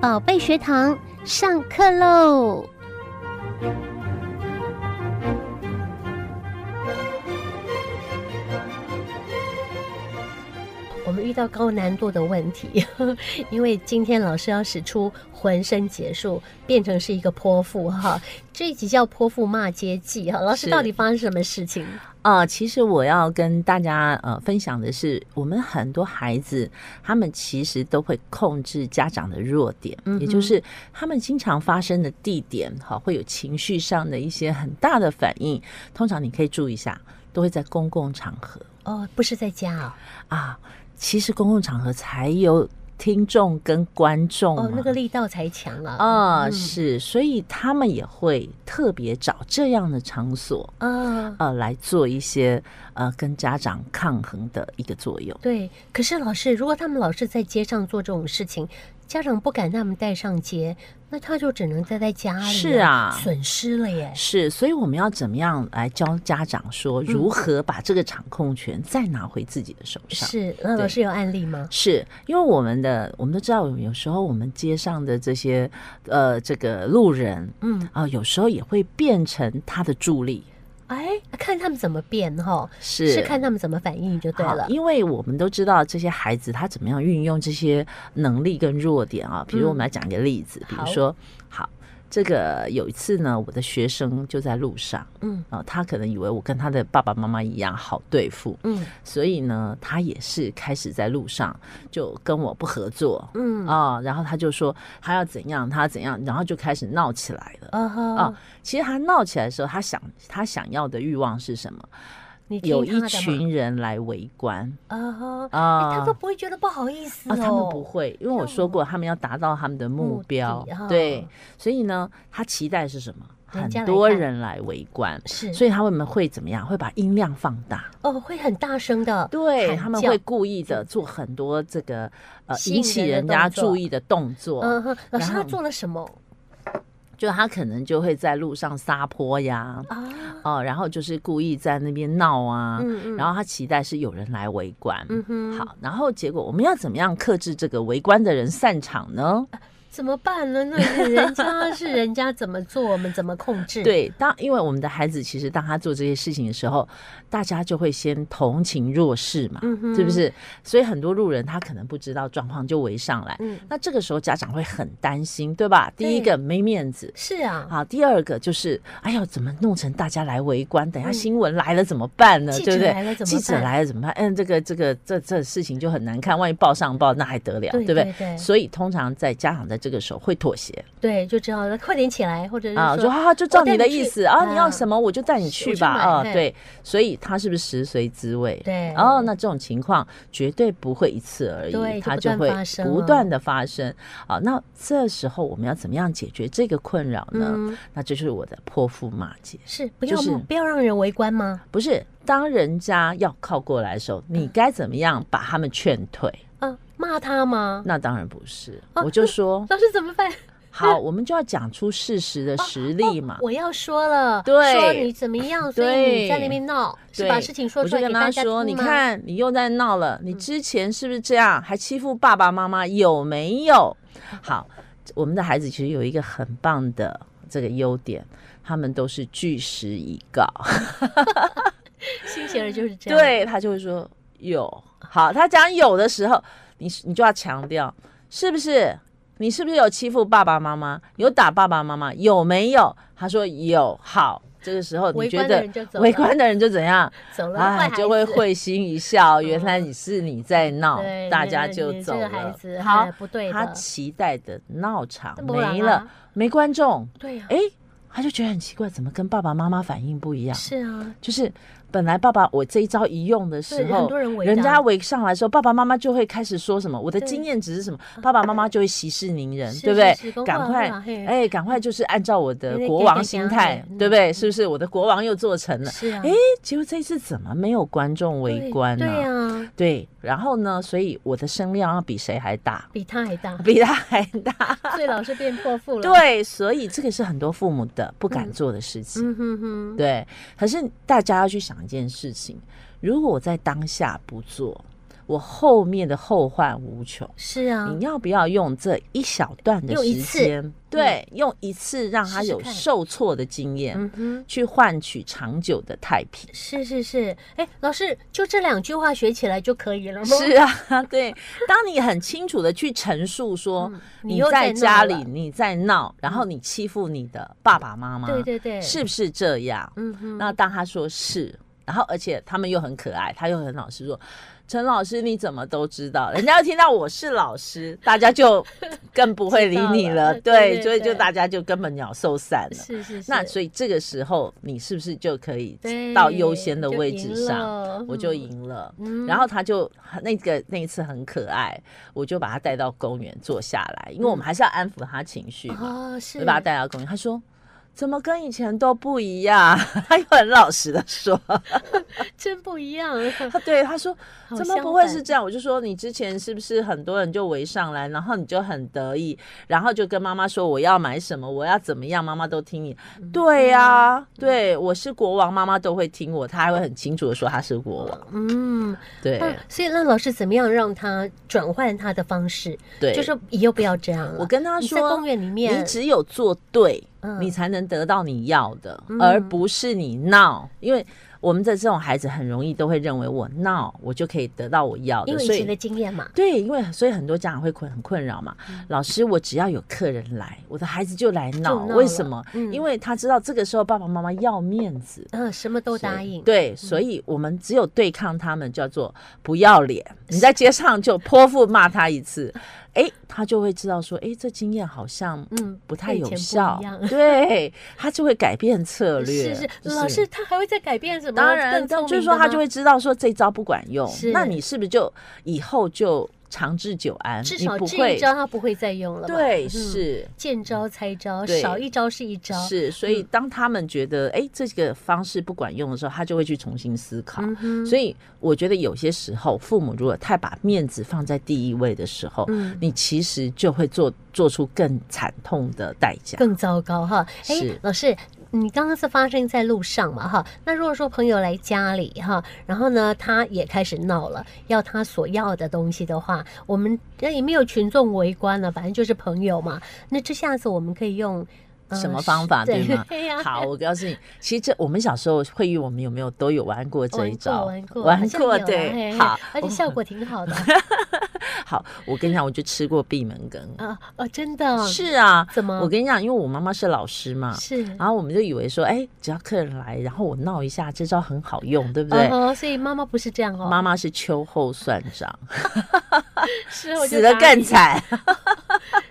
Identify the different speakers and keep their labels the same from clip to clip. Speaker 1: 宝贝学堂上课喽！我们遇到高难度的问题， 因为今天老师要使出浑身解数，变成是一个泼妇哈。这一集叫《泼妇骂街记》哈，老师
Speaker 2: 是
Speaker 1: 到底发生什么事情？
Speaker 2: 呃，其实我要跟大家呃分享的是，我们很多孩子他们其实都会控制家长的弱点，
Speaker 1: 嗯哼
Speaker 2: 也就是他们经常发生的地点，哈、会有情绪上的一些很大的反应。通常你可以注意一下，都会在公共场合
Speaker 1: 哦，不是在家啊，
Speaker 2: 啊。其实公共场合才有听众跟观众嘛、
Speaker 1: 哦，那个力道才强啊。
Speaker 2: 啊、
Speaker 1: 嗯
Speaker 2: 是，所以他们也会特别找这样的场所。
Speaker 1: 啊，
Speaker 2: 呃，来做一些呃跟家长抗衡的一个作用。
Speaker 1: 对，可是老师，如果他们老是在街上做这种事情，家长不敢让他们带上街，那他就只能待在家里、
Speaker 2: 是啊
Speaker 1: 损失了耶。
Speaker 2: 是，所以我们要怎么样来教家长说如何把这个掌控权再拿回自己的手上？
Speaker 1: 是，那老
Speaker 2: 啊对
Speaker 1: 师有案例吗？
Speaker 2: 是因为我们的我们都知道，有时候我们街上的这些呃这个路人
Speaker 1: 嗯，
Speaker 2: 啊、有时候也会变成他的助力。
Speaker 1: 哎，看他们怎么变哈，
Speaker 2: 是
Speaker 1: 是看他们怎么反应就对
Speaker 2: 好
Speaker 1: 了。
Speaker 2: 因为我们都知道这些孩子他怎么样运用这些能力跟弱点啊。比如我们来讲一个例子，比
Speaker 1: 嗯好
Speaker 2: 如说，好，这个有一次呢，我的学生就在路上，
Speaker 1: 嗯
Speaker 2: 啊、他可能以为我跟他的爸爸妈妈一样好对付，
Speaker 1: 嗯
Speaker 2: 所以呢，他也是开始在路上就跟我不合作。
Speaker 1: 嗯啊
Speaker 2: 啊、然后他就说他要怎样，他要怎样，然后就开始闹起来了。
Speaker 1: 哈
Speaker 2: 啊，其实他闹起来的时候，他想他想要的欲望是什么？
Speaker 1: 你听
Speaker 2: 有
Speaker 1: 他的
Speaker 2: 一
Speaker 1: 嘛
Speaker 2: 群人来围观，
Speaker 1: 啊哈，
Speaker 2: 啊
Speaker 1: 哎他都不会觉得不好意思
Speaker 2: 啊，
Speaker 1: 哦，
Speaker 2: 他们不会，因为我说过，他们要达到他们的目
Speaker 1: 目
Speaker 2: 标
Speaker 1: 的哈，
Speaker 2: 对，所以呢，他期待是什么？
Speaker 1: 人
Speaker 2: 很
Speaker 1: 家来
Speaker 2: 多
Speaker 1: 看
Speaker 2: 人来围观，
Speaker 1: 是，
Speaker 2: 所以他们会怎么样？会把音量放大，
Speaker 1: 哦会很大声的，
Speaker 2: 对
Speaker 1: 喊
Speaker 2: 他们
Speaker 1: 叫
Speaker 2: 会故意的做很多这个呃
Speaker 1: 吸
Speaker 2: 引
Speaker 1: 引
Speaker 2: 起
Speaker 1: 人
Speaker 2: 人
Speaker 1: 的
Speaker 2: 家
Speaker 1: 动作
Speaker 2: 注意的动作，
Speaker 1: 嗯哼，老师
Speaker 2: 然
Speaker 1: 他
Speaker 2: 后
Speaker 1: 做了什么
Speaker 2: 就他可能就会在路上撒泼呀，
Speaker 1: 啊？
Speaker 2: 哦，然后就是故意在那边闹啊，
Speaker 1: 嗯嗯
Speaker 2: 然后他期待是有人来围观，
Speaker 1: 嗯哼，
Speaker 2: 好，然后结果我们要怎么样克制这个围观的人散场呢？
Speaker 1: 怎么办呢？那是人家是人家怎么做，我们怎么控 制？，
Speaker 2: 对，当因为我们的孩子其实当他做这些事情的时候，大家就会先同情弱势嘛，
Speaker 1: 嗯哼
Speaker 2: 是不？是？所以很多路人他可能不知道状况就围上来，
Speaker 1: 嗯，
Speaker 2: 那这个时候家长会很担心，对吧？第一
Speaker 1: 对
Speaker 2: 个没面子。
Speaker 1: 是啊，
Speaker 2: 好，第二个就是，哎呦，怎么弄成大家来围观？等一下
Speaker 1: 嗯
Speaker 2: 新闻来了怎么办呢？
Speaker 1: 记
Speaker 2: 对不
Speaker 1: 者
Speaker 2: 对？
Speaker 1: 来了怎么
Speaker 2: 记者
Speaker 1: 办
Speaker 2: 来了怎么办？嗯，这个这个这这事情就很难看，万一报上报那还得了，
Speaker 1: 对
Speaker 2: 不
Speaker 1: 对对
Speaker 2: 所以通常在家长在这个时候会妥协，
Speaker 1: 对，就知道了，快点起来，或者是
Speaker 2: 啊，
Speaker 1: 说
Speaker 2: 就哈哈，就
Speaker 1: 我
Speaker 2: 照
Speaker 1: 带
Speaker 2: 你的
Speaker 1: 你
Speaker 2: 意
Speaker 1: 去
Speaker 2: 思啊，你要
Speaker 1: 啊
Speaker 2: 什么我就带你去
Speaker 1: 我去
Speaker 2: 吧
Speaker 1: 买
Speaker 2: 啊，
Speaker 1: 对
Speaker 2: 对，所以他是不是食髓知味？
Speaker 1: 对
Speaker 2: 哦，那这种情况绝对不会一次而
Speaker 1: 对
Speaker 2: 已，
Speaker 1: 就
Speaker 2: 它
Speaker 1: 不
Speaker 2: 就
Speaker 1: 断
Speaker 2: 会
Speaker 1: 发生
Speaker 2: 不
Speaker 1: 了
Speaker 2: 断的发生。好，那这时候我们要怎么样解决这个困扰呢？
Speaker 1: 嗯，
Speaker 2: 那就是我的泼妇骂街，
Speaker 1: 是不要、
Speaker 2: 就是
Speaker 1: 不要让人围观吗？
Speaker 2: 不是当人家要靠过来的时候，你该怎么样把他们劝退？
Speaker 1: 啊，骂他吗？
Speaker 2: 那当然不是，
Speaker 1: 啊
Speaker 2: 我就说
Speaker 1: 老师怎么办？
Speaker 2: 好，我们就要讲出事实
Speaker 1: 哦
Speaker 2: 的实力嘛。
Speaker 1: 我要说了，
Speaker 2: 啊对
Speaker 1: 说你怎么样，所以你
Speaker 2: 对
Speaker 1: 在那边闹，是
Speaker 2: 对
Speaker 1: 把事情说
Speaker 2: 我
Speaker 1: 出
Speaker 2: 就
Speaker 1: 来
Speaker 2: 跟
Speaker 1: 给大
Speaker 2: 他
Speaker 1: 家
Speaker 2: 说：“
Speaker 1: 听
Speaker 2: 你
Speaker 1: 吗，嗯
Speaker 2: 看，你又在闹了，你之前是不是这样，还欺负爸爸妈妈，有没有？”好，我们的孩子其实有一个很棒的这个优点，他们都是据实以告，
Speaker 1: 新学儿就是 这样，，
Speaker 2: 对他就会说有。好，他讲有的时候，你你就要强调，是不是？你是不是有欺负爸爸妈妈？有打爸爸妈妈？有没有？他说有。好，这个时候
Speaker 1: 围
Speaker 2: 你觉
Speaker 1: 观的
Speaker 2: 得
Speaker 1: 人就走了，
Speaker 2: 围观的人就怎样？
Speaker 1: 走了，坏
Speaker 2: 哎，
Speaker 1: 孩
Speaker 2: 就会
Speaker 1: 子。嗯
Speaker 2: 会心一 笑，原来你是你在闹
Speaker 1: 对，
Speaker 2: 大
Speaker 1: 你
Speaker 2: 家
Speaker 1: 你
Speaker 2: 就
Speaker 1: 这
Speaker 2: 走
Speaker 1: 个孩
Speaker 2: 了
Speaker 1: 子。
Speaker 2: 好
Speaker 1: 哎，不对
Speaker 2: 他
Speaker 1: 的，
Speaker 2: 期待的闹场
Speaker 1: 这没
Speaker 2: 没
Speaker 1: 人啊
Speaker 2: 了，没观众，
Speaker 1: 对啊呀、
Speaker 2: 哎，他就觉得很奇怪，怎么跟爸爸妈妈反应不一样？
Speaker 1: 是啊，
Speaker 2: 就是本来爸爸我这一招一用的
Speaker 1: 对，
Speaker 2: 时
Speaker 1: 很
Speaker 2: 候，
Speaker 1: 多人围的啊，
Speaker 2: 人家围上来的时候，爸爸妈妈就会开始说什么，我的
Speaker 1: 对啊
Speaker 2: 经验值是什么，爸爸妈妈就会息事宁人，
Speaker 1: 是
Speaker 2: 对不
Speaker 1: 是是
Speaker 2: 对
Speaker 1: 公？
Speaker 2: 赶
Speaker 1: 话
Speaker 2: 快
Speaker 1: 公话啊嘿，
Speaker 2: 哎，赶快就是按照我的
Speaker 1: 对对
Speaker 2: 国
Speaker 1: 给
Speaker 2: 王
Speaker 1: 给
Speaker 2: 心
Speaker 1: 给
Speaker 2: 态
Speaker 1: 嗯，
Speaker 2: 对不对？是不是我的国王又做成了？
Speaker 1: 是啊，
Speaker 2: 哎结果这一次怎么没有观众围观呢、
Speaker 1: 对对啊，
Speaker 2: 对然后呢，所以我的声量要比谁还大，
Speaker 1: 比他还大，
Speaker 2: 比他还 大。
Speaker 1: 所以老师变泼妇了。，
Speaker 2: 对，所以这个是很多父母的不敢做的事情。
Speaker 1: 嗯哼哼，
Speaker 2: 对，可是大家要去想一件事情：如果我在当下不做，我后面的后患无穷。
Speaker 1: 是啊
Speaker 2: 你，要不要用这一小段的
Speaker 1: 用一
Speaker 2: 时
Speaker 1: 次嗯
Speaker 2: 间？对，用一次让他
Speaker 1: 试试
Speaker 2: 有
Speaker 1: 看
Speaker 2: 受挫的经验，
Speaker 1: 嗯哼，
Speaker 2: 去换取长久的太平。
Speaker 1: 是是是，哎，老师就这两句话学起来就可以了吗？
Speaker 2: 是啊，对。当你很清楚的去陈述说，
Speaker 1: 嗯你
Speaker 2: 你
Speaker 1: 又在
Speaker 2: 在
Speaker 1: 闹
Speaker 2: 家
Speaker 1: 了嗯
Speaker 2: 里你在闹，然后你欺负你的爸爸妈妈，
Speaker 1: 对对对，，
Speaker 2: 是不是这样？
Speaker 1: 嗯哼，
Speaker 2: 那当他说是，然后而且他们又很可爱，他又很老实说：“陈老师，你怎么都知道？”人家要听到我是老师，大 家就更不会理
Speaker 1: 知
Speaker 2: 你
Speaker 1: 道了
Speaker 2: 了。
Speaker 1: 对
Speaker 2: 对，
Speaker 1: 对
Speaker 2: 所以就
Speaker 1: 对
Speaker 2: 大家就根本鸟兽散了。
Speaker 1: 是是是，
Speaker 2: 那所以这个时候，你是不是就可以
Speaker 1: 对
Speaker 2: 到优先的
Speaker 1: 就
Speaker 2: 位
Speaker 1: 赢
Speaker 2: 置上？
Speaker 1: 了
Speaker 2: 我就
Speaker 1: 嗯
Speaker 2: 赢了。
Speaker 1: 嗯
Speaker 2: 然后他就那个那一次很可爱，我就把他带到公园坐下来，因为我们还是要安抚他情绪嘛。
Speaker 1: 嗯哦，
Speaker 2: 我
Speaker 1: 是
Speaker 2: 就把他带到公园，他说。怎么跟以前都不一样？ 他又很老实的 说，
Speaker 1: 真不一 样，
Speaker 2: 他对他说
Speaker 1: 好
Speaker 2: 怎么
Speaker 1: 相
Speaker 2: 不会
Speaker 1: 反
Speaker 2: 是这样？我就说你之前是不是很多人就围上来，然后你就很得意，然后就跟妈妈说我要买什么，我要怎么样，妈妈都听你。
Speaker 1: 嗯
Speaker 2: 对呀、对我是国王，妈妈都会听我，他还会很清楚的说他是国王。
Speaker 1: 嗯，
Speaker 2: 对
Speaker 1: 那所以那老师怎么样让他转换他的方式？
Speaker 2: 对，
Speaker 1: 就说以后不要这样了。
Speaker 2: 我跟他
Speaker 1: 你
Speaker 2: 说，
Speaker 1: 在公园里面，
Speaker 2: 你只有做对，
Speaker 1: 嗯
Speaker 2: 你才能得到你要的，
Speaker 1: 嗯
Speaker 2: 而不是你闹。因为我们的这种孩子很容易都会认为我闹，我就可以得到我要
Speaker 1: 因
Speaker 2: 的，
Speaker 1: 为以
Speaker 2: 所
Speaker 1: 前的
Speaker 2: 以。
Speaker 1: 经验嘛，
Speaker 2: 对，因为所以很多家长会困很困扰嘛。
Speaker 1: 嗯
Speaker 2: 老师，我只要有客人来，我的孩子就来闹，
Speaker 1: 闹
Speaker 2: 为
Speaker 1: 了
Speaker 2: 什么？
Speaker 1: 嗯
Speaker 2: 因为他知道这个时候爸爸妈妈要面子，
Speaker 1: 嗯，什么都答
Speaker 2: 所以
Speaker 1: 应，嗯
Speaker 2: 对，所以我们只有对抗他们，叫做不要脸。你在街上就泼妇骂他一次，诶，他就会知道说，诶，这经验好像
Speaker 1: 嗯
Speaker 2: 嗯不太
Speaker 1: 跟以
Speaker 2: 有
Speaker 1: 前不
Speaker 2: 效
Speaker 1: 一样，
Speaker 2: 对他就会改变策
Speaker 1: 是
Speaker 2: 略。
Speaker 1: 是，
Speaker 2: 就
Speaker 1: 老师他还会再改变什么？
Speaker 2: 当然，
Speaker 1: 更聪
Speaker 2: 但
Speaker 1: 明
Speaker 2: 就是说
Speaker 1: 的
Speaker 2: 他
Speaker 1: 吗
Speaker 2: 就会知道说这招不管用
Speaker 1: 是，
Speaker 2: 那你是不是就以后就长治久安？
Speaker 1: 至
Speaker 2: 你
Speaker 1: 少
Speaker 2: 不
Speaker 1: 这
Speaker 2: 会
Speaker 1: 一招他不会再用了嘛。
Speaker 2: 对
Speaker 1: 嗯
Speaker 2: 是。嗯
Speaker 1: 见招拆招，
Speaker 2: 对
Speaker 1: 少一招是一招。
Speaker 2: 是，所
Speaker 1: 嗯
Speaker 2: 以当他们觉得诶这个方式不管用的时候，他就会去重新思考。
Speaker 1: 嗯哼，
Speaker 2: 所以我觉得有些时候，父母如果太把面子放在第一位的时候，
Speaker 1: 嗯
Speaker 2: 你其实就会做做出更惨痛的代价。
Speaker 1: 更糟糕哈。哎
Speaker 2: 是，
Speaker 1: 老师，你刚刚是发生在路上嘛哈？那如果说朋友来家里哈，然后呢他也开始闹了，要他所要的东西的话，我们那也没有群众围观了，反正就是朋友嘛。那这下子我们可以用、呃
Speaker 2: 什么方法
Speaker 1: 是
Speaker 2: 对吗
Speaker 1: 对啊呀、
Speaker 2: 好，我告诉你，其实这我们小时候会议，我们有没有都有玩过这
Speaker 1: 玩
Speaker 2: 一
Speaker 1: 过
Speaker 2: 招？
Speaker 1: 玩过好
Speaker 2: 玩
Speaker 1: 像
Speaker 2: 过
Speaker 1: 有啊嘿
Speaker 2: 对。
Speaker 1: 嘿
Speaker 2: 好，
Speaker 1: 而且
Speaker 2: 我
Speaker 1: 效果挺好 的
Speaker 2: 好，我跟你讲，我就吃过闭门羹。
Speaker 1: 啊哦，真的哦
Speaker 2: 是啊，
Speaker 1: 怎么
Speaker 2: 我跟你讲，因为我妈妈是老师嘛，
Speaker 1: 是
Speaker 2: 然后我们就以为说，哎，只要客人来，然后我闹一下，这招很好用，对不对？
Speaker 1: 哦，所以妈妈不是这样哦，
Speaker 2: 妈妈是秋后算账，
Speaker 1: 是我就
Speaker 2: 死得
Speaker 1: 打
Speaker 2: 更
Speaker 1: 你，
Speaker 2: 惨，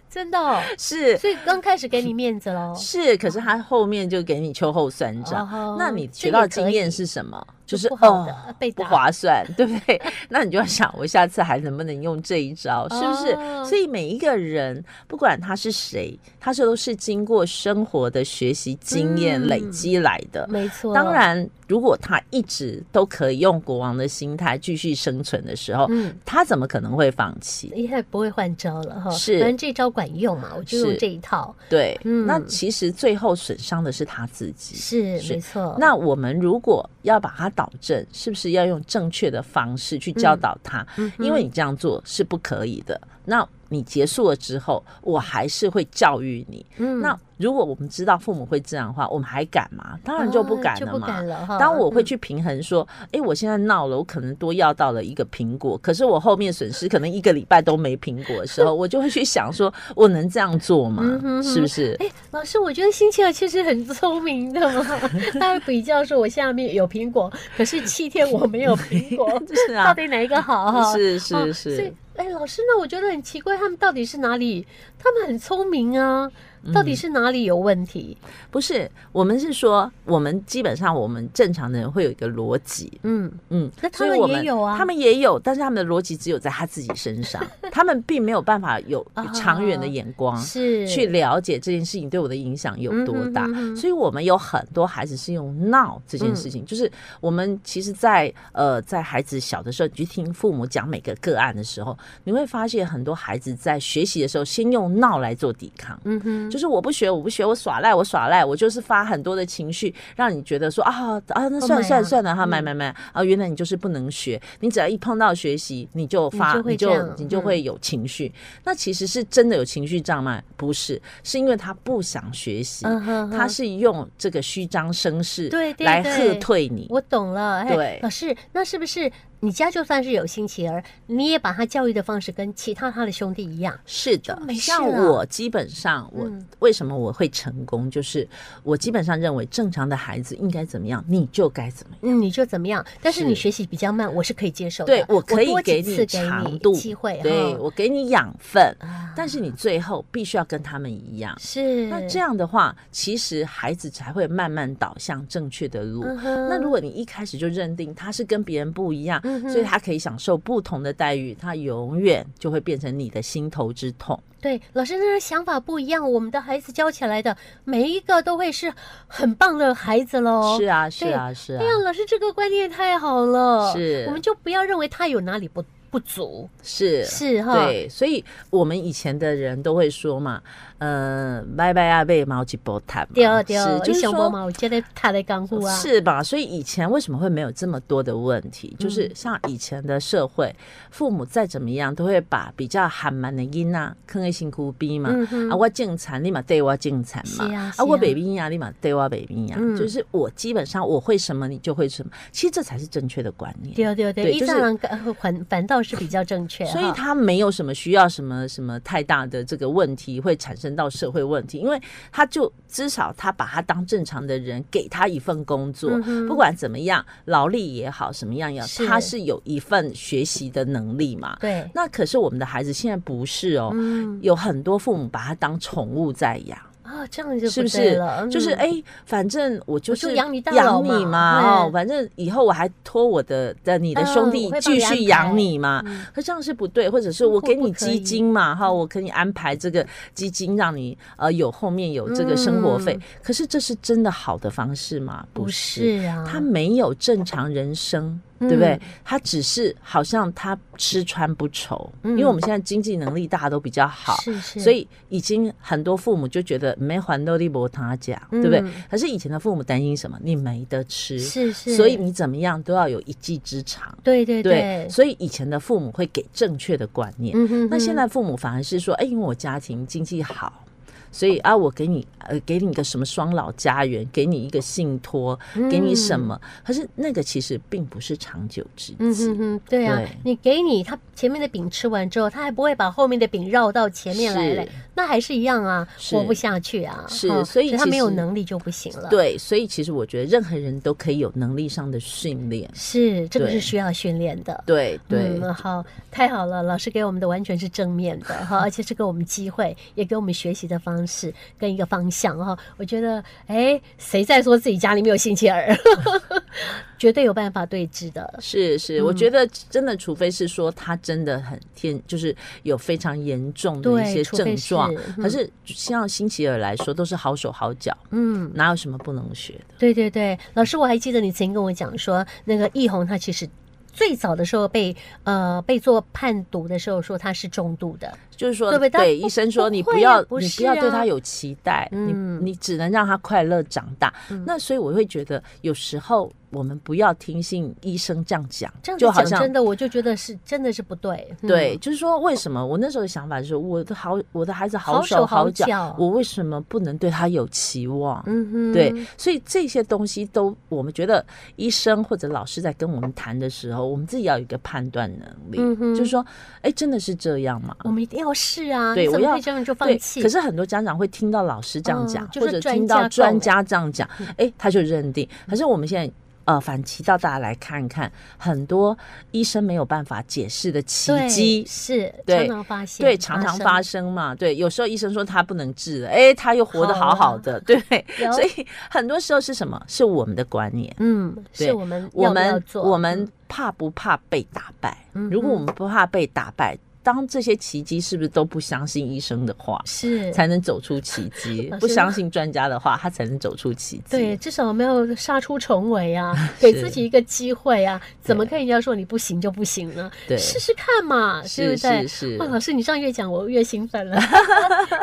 Speaker 1: 真的、哦。
Speaker 2: 是
Speaker 1: 所以刚开始给你面子喽，
Speaker 2: 是，可是他后面就给你秋后算账。
Speaker 1: 哦
Speaker 2: 那你
Speaker 1: 这
Speaker 2: 学
Speaker 1: 也
Speaker 2: 到
Speaker 1: 可
Speaker 2: 经验
Speaker 1: 以
Speaker 2: 是什么？
Speaker 1: 就
Speaker 2: 就是
Speaker 1: 不好
Speaker 2: 哦
Speaker 1: 的被
Speaker 2: 不
Speaker 1: 打
Speaker 2: 划算，对不对？那你就要想，我下次还能不能用这一招？是不是？
Speaker 1: 哦
Speaker 2: 所以每一个人，不管他是谁，他这都是经过生活的学习经验累
Speaker 1: 嗯
Speaker 2: 积来的。
Speaker 1: 没错，
Speaker 2: 当，然，如果他一直都可以用国王的心态继续生存的时候，
Speaker 1: 嗯，
Speaker 2: 他怎么可能会放弃？
Speaker 1: 应该不会换招了哈。
Speaker 2: 是
Speaker 1: 反正这招管用嘛，我就是用这一套。
Speaker 2: 对，
Speaker 1: 嗯
Speaker 2: 那其实最后损伤的是他自己。
Speaker 1: 是，
Speaker 2: 是
Speaker 1: 没错。
Speaker 2: 那我们如果要把它导正，是不是要用正确的方式去教导他？
Speaker 1: 嗯哼
Speaker 2: 因为你这样做是不可以的。那你结束了之后，我还是会教育你。
Speaker 1: 嗯
Speaker 2: 那如果我们知道父母会这样的话，我们还敢吗？当然就不
Speaker 1: 啊
Speaker 2: 敢
Speaker 1: 就
Speaker 2: 了
Speaker 1: 不
Speaker 2: 嘛。
Speaker 1: 敢了哈。
Speaker 2: 当我会
Speaker 1: 嗯
Speaker 2: 去平衡说，诶，我现在闹了，我可能多要到了一个苹果，可是我后面损失可能一个礼拜都没苹果的时 候，我就会去想说，我能这样做吗？
Speaker 1: 嗯哼哼
Speaker 2: 是不是？
Speaker 1: 哎，老师，我觉得星期二确实很聪明的 嘛，他会比较说，我下面有苹果，可是七天我没有苹 果，
Speaker 2: 是
Speaker 1: 到
Speaker 2: 啊，
Speaker 1: 底哪一个好哈？
Speaker 2: 是
Speaker 1: 哦
Speaker 2: 是
Speaker 1: 所以
Speaker 2: 是，，
Speaker 1: 哎，老师，那我觉得很奇怪，他们到底是哪里？他们很聪明啊，到
Speaker 2: 嗯
Speaker 1: 底是哪里有问题？
Speaker 2: 不是？我们是说，我们基本上我们正常的人会有一个逻辑，
Speaker 1: 嗯，
Speaker 2: 嗯，
Speaker 1: 那他
Speaker 2: 所
Speaker 1: 们
Speaker 2: 以我
Speaker 1: 也有啊，
Speaker 2: 他们也有，但是他们的逻辑只有在他自己 身上，他们并没有办法有有长远的眼光。
Speaker 1: 啊是
Speaker 2: 去了解这件事情对我的影响有多大。
Speaker 1: 嗯哼嗯哼哼
Speaker 2: 所以，我们有很多孩子是用闹这件事情，就是我们其实在，呃，在孩子小的时候，你去听父母讲每个个案的时候，你会发现很多孩子在学习的时候，先用闹来做抵抗。
Speaker 1: 嗯哼，嗯
Speaker 2: 就是我不学，我不学，我耍赖，我耍赖，我就是发很多的情绪，让你觉得说啊啊，那
Speaker 1: 买
Speaker 2: 算了算
Speaker 1: 啊
Speaker 2: 了算了哈，买
Speaker 1: 嗯
Speaker 2: 买买啊，原来你就是不能学，你只要一碰到学习，你就发
Speaker 1: 就会
Speaker 2: 你
Speaker 1: 这样
Speaker 2: 就你就
Speaker 1: 嗯
Speaker 2: 会有情绪。那其实是真的有情绪障碍，不是，是因为他不想学习，
Speaker 1: 嗯哼
Speaker 2: 他
Speaker 1: 哼，
Speaker 2: 是用这个虚张声势
Speaker 1: 对对
Speaker 2: 来
Speaker 1: 对
Speaker 2: 喝退你。
Speaker 1: 我懂了。哎，
Speaker 2: 对
Speaker 1: 老师，那是不是你家就算是有星期儿，你也把他教育的方式跟其他他的兄弟一样？
Speaker 2: 是的
Speaker 1: 就没，事
Speaker 2: 像
Speaker 1: 了
Speaker 2: 我基本上我、
Speaker 1: 嗯
Speaker 2: 为什么我会成功，就是我基本上认为正常的孩子应该怎么样，你就该怎么样。
Speaker 1: 嗯，你就怎么样？但是你
Speaker 2: 是
Speaker 1: 学习比较慢，我是可以接受的。
Speaker 2: 对我可以
Speaker 1: 多几
Speaker 2: 给
Speaker 1: 次
Speaker 2: 你
Speaker 1: 给
Speaker 2: 长
Speaker 1: 你
Speaker 2: 度
Speaker 1: 机会，
Speaker 2: 对
Speaker 1: 哈
Speaker 2: 我给你养分，
Speaker 1: 啊
Speaker 2: 但是你最后必须要跟他们一样。
Speaker 1: 是
Speaker 2: 那这，样的话，其实孩子才会慢慢导向正确的
Speaker 1: 嗯
Speaker 2: 路。那
Speaker 1: 那
Speaker 2: 如果你一开始就认定他是跟别人不一样，
Speaker 1: 嗯哼
Speaker 2: 所以他可以享受不同的待遇，他永远就会变成你的心头之痛。
Speaker 1: 对老师那想法不一样，我们的孩子教起来的每一个都会是很棒的孩子喽。
Speaker 2: 是啊，是
Speaker 1: 哦对
Speaker 2: 啊，是啊
Speaker 1: 哎，呀，老师这个观念太好了，
Speaker 2: 是
Speaker 1: 我们就不要认为他有哪里不不足，
Speaker 2: 是啊
Speaker 1: 是哈，
Speaker 2: 对，所以我们以前的人都会说嘛，呃，拜拜啊，被毛几波谈嘛，
Speaker 1: 对哦对哦，
Speaker 2: 是就是
Speaker 1: 想摸
Speaker 2: 说
Speaker 1: 嘛，我觉得他在港股啊，
Speaker 2: 是吧？所以以前为什么会没有这么多的问题？
Speaker 1: 嗯
Speaker 2: 就是像以前的社会，父母再怎么样都会把比较含蛮的囡啊，坑在辛苦逼嘛。
Speaker 1: 嗯哼
Speaker 2: 啊，我进产立马对我进产嘛，
Speaker 1: 是啊是啊
Speaker 2: 我北冰呀立马对我北冰呀，
Speaker 1: 嗯
Speaker 2: 啊就是我基本上我会什么你就会什么，其实这才是正确的观念。
Speaker 1: 对啊对对，
Speaker 2: 对
Speaker 1: 一
Speaker 2: 就是
Speaker 1: 三郎呃反反倒是比较正确哈，
Speaker 2: 所以他没有什么需要什么什么太大的这个问题会产生到社会问题，因为他就至少他把他当正常的人，给他一份工作，
Speaker 1: 嗯哼
Speaker 2: 不管怎么样，劳力也好，什么样也好，
Speaker 1: 是
Speaker 2: 他是有一份学习的能力嘛。
Speaker 1: 对，
Speaker 2: 那可是我们的孩子现在不是哦，
Speaker 1: 嗯
Speaker 2: 有很多父母把他当宠物在养。
Speaker 1: 啊，这样就是
Speaker 2: 不
Speaker 1: 对
Speaker 2: 是
Speaker 1: 了？
Speaker 2: 就是
Speaker 1: 嗯
Speaker 2: 哎、反正我就是
Speaker 1: 就养你到老
Speaker 2: 养
Speaker 1: 嘛
Speaker 2: 你嘛，
Speaker 1: 嗯
Speaker 2: 哦，反正以后我还托我的的你的兄
Speaker 1: 嗯我
Speaker 2: 弟
Speaker 1: 会帮你
Speaker 2: 继续养你
Speaker 1: 安
Speaker 2: 嘛
Speaker 1: 排嗯。
Speaker 2: 可这样是不对，或者是我
Speaker 1: 不
Speaker 2: 给
Speaker 1: 不
Speaker 2: 你
Speaker 1: 可
Speaker 2: 基
Speaker 1: 以嗯
Speaker 2: 金嘛，哈，我给你安排这个基金，让你呃有后面有这个生活费
Speaker 1: 嗯。
Speaker 2: 可是这是真的好的方式吗？
Speaker 1: 不
Speaker 2: 不是。
Speaker 1: 是啊，嗯
Speaker 2: 他没有正常人生，对不对？他只是好像他吃穿不愁，因为我们现在经济能力大家都比较好，
Speaker 1: 嗯是是，
Speaker 2: 所以已经很多父母就觉得没还到利伯他讲，
Speaker 1: 嗯
Speaker 2: 对不对？可是以前的父母担心什么？你没得吃，
Speaker 1: 是是，
Speaker 2: 所以你怎么样都要有一技之长，
Speaker 1: 对对
Speaker 2: 所以以前的父母会给正确的观念，
Speaker 1: 嗯哼，
Speaker 2: 那现
Speaker 1: 哼
Speaker 2: 在父母反而是说，哎，因为我家庭经济好。所以啊，我给你呃，给你一个什么双老家园，给你一个信托，
Speaker 1: 嗯
Speaker 2: 给你什么？可是那个其实并不是长久之计。
Speaker 1: 嗯哼哼，对啊
Speaker 2: 对，
Speaker 1: 你给你他前面的饼吃完之后，他还不会把后面的饼绕到前面来嘞
Speaker 2: 是，
Speaker 1: 那还是一样啊，
Speaker 2: 是
Speaker 1: 活不下去啊。
Speaker 2: 是
Speaker 1: 哈
Speaker 2: 所以
Speaker 1: 他
Speaker 2: 其
Speaker 1: 没有
Speaker 2: 实
Speaker 1: 能力就不行了。，
Speaker 2: 对，所以其实我觉得任何人都可以有能力上的训练。
Speaker 1: 是这个是
Speaker 2: 对
Speaker 1: 需要训练的。
Speaker 2: 对对，
Speaker 1: 嗯，好，太好了，老师给我们的完全是正面的哈， 而且是给我们机会，也给我们学习的方式跟一个方向哈。我觉得，哎，谁在说自己家里没有星期儿？ 绝对有办法对峙的。
Speaker 2: 是是，我
Speaker 1: 嗯
Speaker 2: 觉得真的，除非是说他真的很天，就是有非常严重的一
Speaker 1: 对，
Speaker 2: 些
Speaker 1: 除非
Speaker 2: 症状。
Speaker 1: 是
Speaker 2: 可，是像新奇尔来说，都是好手好脚，
Speaker 1: 嗯。嗯
Speaker 2: 哪有什么不能学的？
Speaker 1: 对对对，老师，我还记得你曾经跟我讲说，那个易红他其实最早的时候被呃被做判读的时候说他是重度的，
Speaker 2: 就是说，
Speaker 1: 对不对但
Speaker 2: 医
Speaker 1: 不
Speaker 2: 生说
Speaker 1: 不
Speaker 2: 你
Speaker 1: 会
Speaker 2: 不
Speaker 1: 呀
Speaker 2: 要，
Speaker 1: 不
Speaker 2: 你
Speaker 1: 是
Speaker 2: 不要对
Speaker 1: 啊
Speaker 2: 他有期待，
Speaker 1: 嗯
Speaker 2: 你你只能让他快乐长大。
Speaker 1: 嗯
Speaker 2: 那所以我会觉得，有时候我们不要听信医生这样讲，
Speaker 1: 这样子
Speaker 2: 就好
Speaker 1: 讲
Speaker 2: 像
Speaker 1: 真的，我就觉得是真的是不对。嗯
Speaker 2: 对，，就是说，为什么我那时候的想法就是，我的好，我的孩子
Speaker 1: 好
Speaker 2: 好
Speaker 1: 手
Speaker 2: 手
Speaker 1: 好
Speaker 2: 好
Speaker 1: 脚
Speaker 2: 脚，我为什么不能对他有期望？
Speaker 1: 嗯哼，
Speaker 2: 对，所以这些东西都，我们觉得医生或者老师在跟我们谈的时候，我们自己要有一个判断能力，
Speaker 1: 嗯哼
Speaker 2: 就是说，哎，真的是这样吗？
Speaker 1: 我们一定要试啊，
Speaker 2: 对
Speaker 1: 你怎
Speaker 2: 我
Speaker 1: 么
Speaker 2: 要
Speaker 1: 会这样就放
Speaker 2: 对，
Speaker 1: 弃？
Speaker 2: 可是很多家长会听到老师这样讲，
Speaker 1: 嗯就是
Speaker 2: 或者
Speaker 1: 专
Speaker 2: 听
Speaker 1: 家
Speaker 2: 到
Speaker 1: 告嗯
Speaker 2: 专
Speaker 1: 了
Speaker 2: 家这样讲，哎，他就认定。可是我们现在。呃，反其道，大家来看看，很多医生没有办法解释的奇
Speaker 1: 对
Speaker 2: 迹，
Speaker 1: 是常
Speaker 2: 对
Speaker 1: 常发现，
Speaker 2: 对，常常发
Speaker 1: 生，
Speaker 2: 生嘛。对，有时候医生说他不能治了，哎，他又活得
Speaker 1: 好
Speaker 2: 好好
Speaker 1: 啊
Speaker 2: 的，对。
Speaker 1: 有
Speaker 2: 所以很多时候是什么？是我们的观念，
Speaker 1: 嗯，是
Speaker 2: 对
Speaker 1: 我们要
Speaker 2: 我
Speaker 1: 不要
Speaker 2: 们
Speaker 1: 做嗯
Speaker 2: 我们怕不怕被打败
Speaker 1: 嗯哼？
Speaker 2: 如果我们不怕被打败，当这些奇迹是不是都不相信医生的话，
Speaker 1: 是
Speaker 2: 才能走出奇迹
Speaker 1: 老？师
Speaker 2: 不相信专家的话，他才能走出奇迹。
Speaker 1: 对，至少没有杀出重围 啊，给自己一个机会啊，怎么跟人家说你不行就不行呢？
Speaker 2: 对，
Speaker 1: 试试看嘛，对
Speaker 2: 是
Speaker 1: 不对
Speaker 2: 是？是
Speaker 1: 哇，，老师，你这样越讲我越兴奋 了，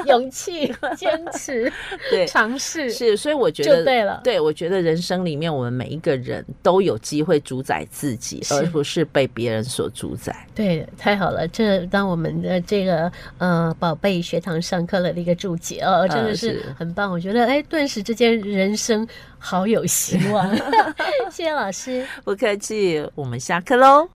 Speaker 1: 勇气、坚持、
Speaker 2: 对。
Speaker 1: 尝试，
Speaker 2: 是，所以我觉
Speaker 1: 就
Speaker 2: 得
Speaker 1: 对了
Speaker 2: 我觉得人生里面，我们每一个人都有机会主宰自己，
Speaker 1: 是
Speaker 2: 而不是被别人所主宰。
Speaker 1: 对，太好了！这当我们的这个呃宝贝学堂上课了的一个注解哦，真的是
Speaker 2: 呃是
Speaker 1: 很棒。我觉得哎，顿时之间人生 好有希望。谢谢老师。
Speaker 2: 不客气，我们下课喽。